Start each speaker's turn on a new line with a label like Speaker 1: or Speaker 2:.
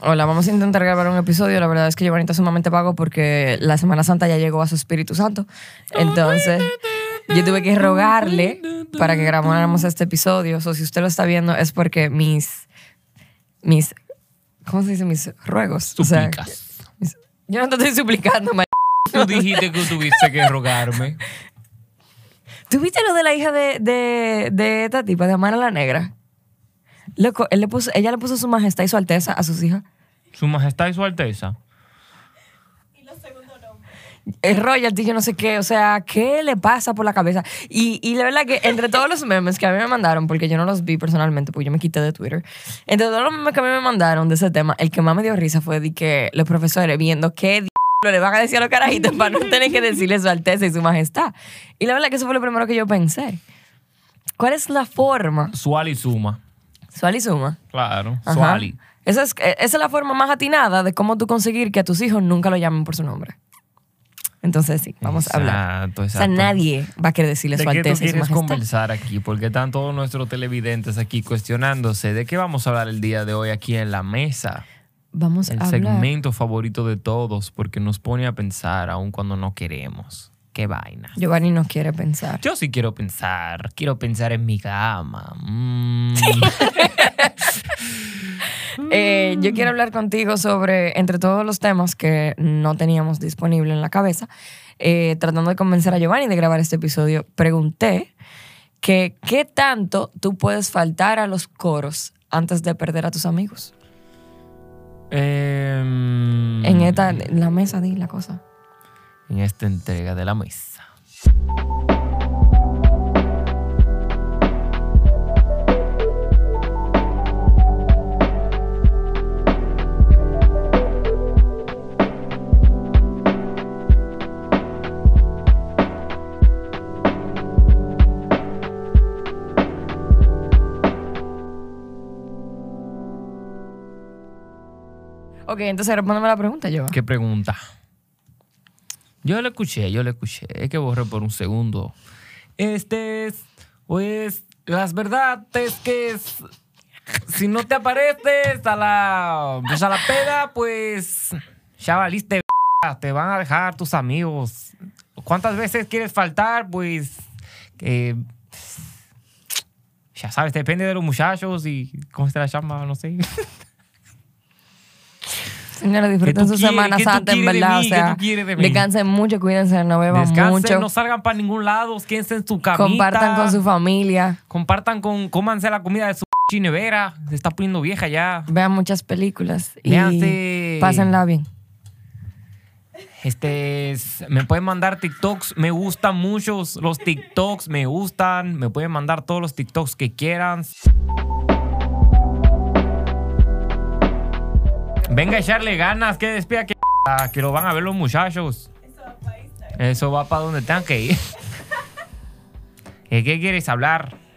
Speaker 1: Hola, vamos a intentar grabar un episodio. La verdad es que Giovanni está sumamente vago porque la Semana Santa ya llegó a su Espíritu Santo. Entonces, yo tuve que rogarle para que grabáramos este episodio. O so, si usted lo está viendo es porque mis... mis ¿Cómo se dice? Mis ruegos.
Speaker 2: Suplicas.
Speaker 1: O sea, mis- yo no te estoy suplicando, ma-
Speaker 2: Tú dijiste que tuviste que rogarme.
Speaker 1: ¿Tú viste lo de la hija de, de, de esta tipa, de Amara la Negra? Loco, él le puso, ella le puso su majestad y su alteza a sus hijas.
Speaker 2: Su Majestad y Su Alteza.
Speaker 1: es royalty, yo no sé qué, o sea, ¿qué le pasa por la cabeza? Y, y la verdad que entre todos los memes que a mí me mandaron, porque yo no los vi personalmente, porque yo me quité de Twitter, entre todos los memes que a mí me mandaron de ese tema, el que más me dio risa fue de que los profesores viendo qué diablo le van a decir a los carajitos para no tener que decirle su alteza y su majestad. Y la verdad que eso fue lo primero que yo pensé. ¿Cuál es la forma?
Speaker 2: Sual y Suma.
Speaker 1: Sual y suma.
Speaker 2: Claro.
Speaker 1: Ajá.
Speaker 2: Suali.
Speaker 1: Esa es, eh, esa es la forma más atinada de cómo tú conseguir que a tus hijos nunca lo llamen por su nombre. Entonces sí, vamos a hablar.
Speaker 2: Exacto,
Speaker 1: O sea,
Speaker 2: exacto.
Speaker 1: nadie va a querer decirle
Speaker 2: ¿De
Speaker 1: su
Speaker 2: qué tú
Speaker 1: alteza y su
Speaker 2: quieres
Speaker 1: majestad.
Speaker 2: conversar aquí? Porque están todos nuestros televidentes aquí cuestionándose de qué vamos a hablar el día de hoy aquí en la mesa.
Speaker 1: Vamos
Speaker 2: El
Speaker 1: a hablar.
Speaker 2: segmento favorito de todos porque nos pone a pensar aun cuando no queremos. Qué vaina.
Speaker 1: Giovanni no quiere pensar.
Speaker 2: Yo sí quiero pensar. Quiero pensar en mi cama. Mm.
Speaker 1: Eh, yo quiero hablar contigo sobre, entre todos los temas que no teníamos disponible en la cabeza, eh, tratando de convencer a Giovanni de grabar este episodio, pregunté que qué tanto tú puedes faltar a los coros antes de perder a tus amigos.
Speaker 2: Em,
Speaker 1: En esta, en la mesa, di la cosa.
Speaker 2: en esta entrega de la mesa.
Speaker 1: Ok, entonces respóndeme la pregunta, Giovanni.
Speaker 2: ¿Qué pregunta? Yo lo escuché, yo lo escuché. Es que borré por un segundo. Este es, pues, las verdades que es- si no te apareces a la, pues, a la peda, pues, ya valiste, b****. te van a dejar tus amigos. ¿Cuántas veces quieres faltar? Pues, que, ya sabes, depende de los muchachos y cómo está la chamba, no sé.
Speaker 1: Señores, disfruten
Speaker 2: tú
Speaker 1: su
Speaker 2: quieres?
Speaker 1: Semana
Speaker 2: ¿Qué tú
Speaker 1: Santa, en
Speaker 2: quieres de
Speaker 1: verdad.
Speaker 2: mí?
Speaker 1: o
Speaker 2: ¿Qué
Speaker 1: sea,
Speaker 2: tú quieres de mí?
Speaker 1: descansen mucho, cuídense, no beban
Speaker 2: Descansen,
Speaker 1: mucho.
Speaker 2: no salgan para ningún lado, quédense en su camita.
Speaker 1: compartan con su familia.
Speaker 2: Compartan con, cómanse la comida de su p- nevera, se está poniendo vieja ya.
Speaker 1: Vean muchas películas. Y
Speaker 2: Véanse-
Speaker 1: pásenla bien.
Speaker 2: Este, es- me pueden mandar TikToks, me gustan muchos los TikToks, me gustan, me pueden mandar todos los TikToks que quieran. Venga a echarle ganas, que despida que, p- que lo van a ver los muchachos. Eso va para donde tengan que ir. ¿De qué quieres hablar?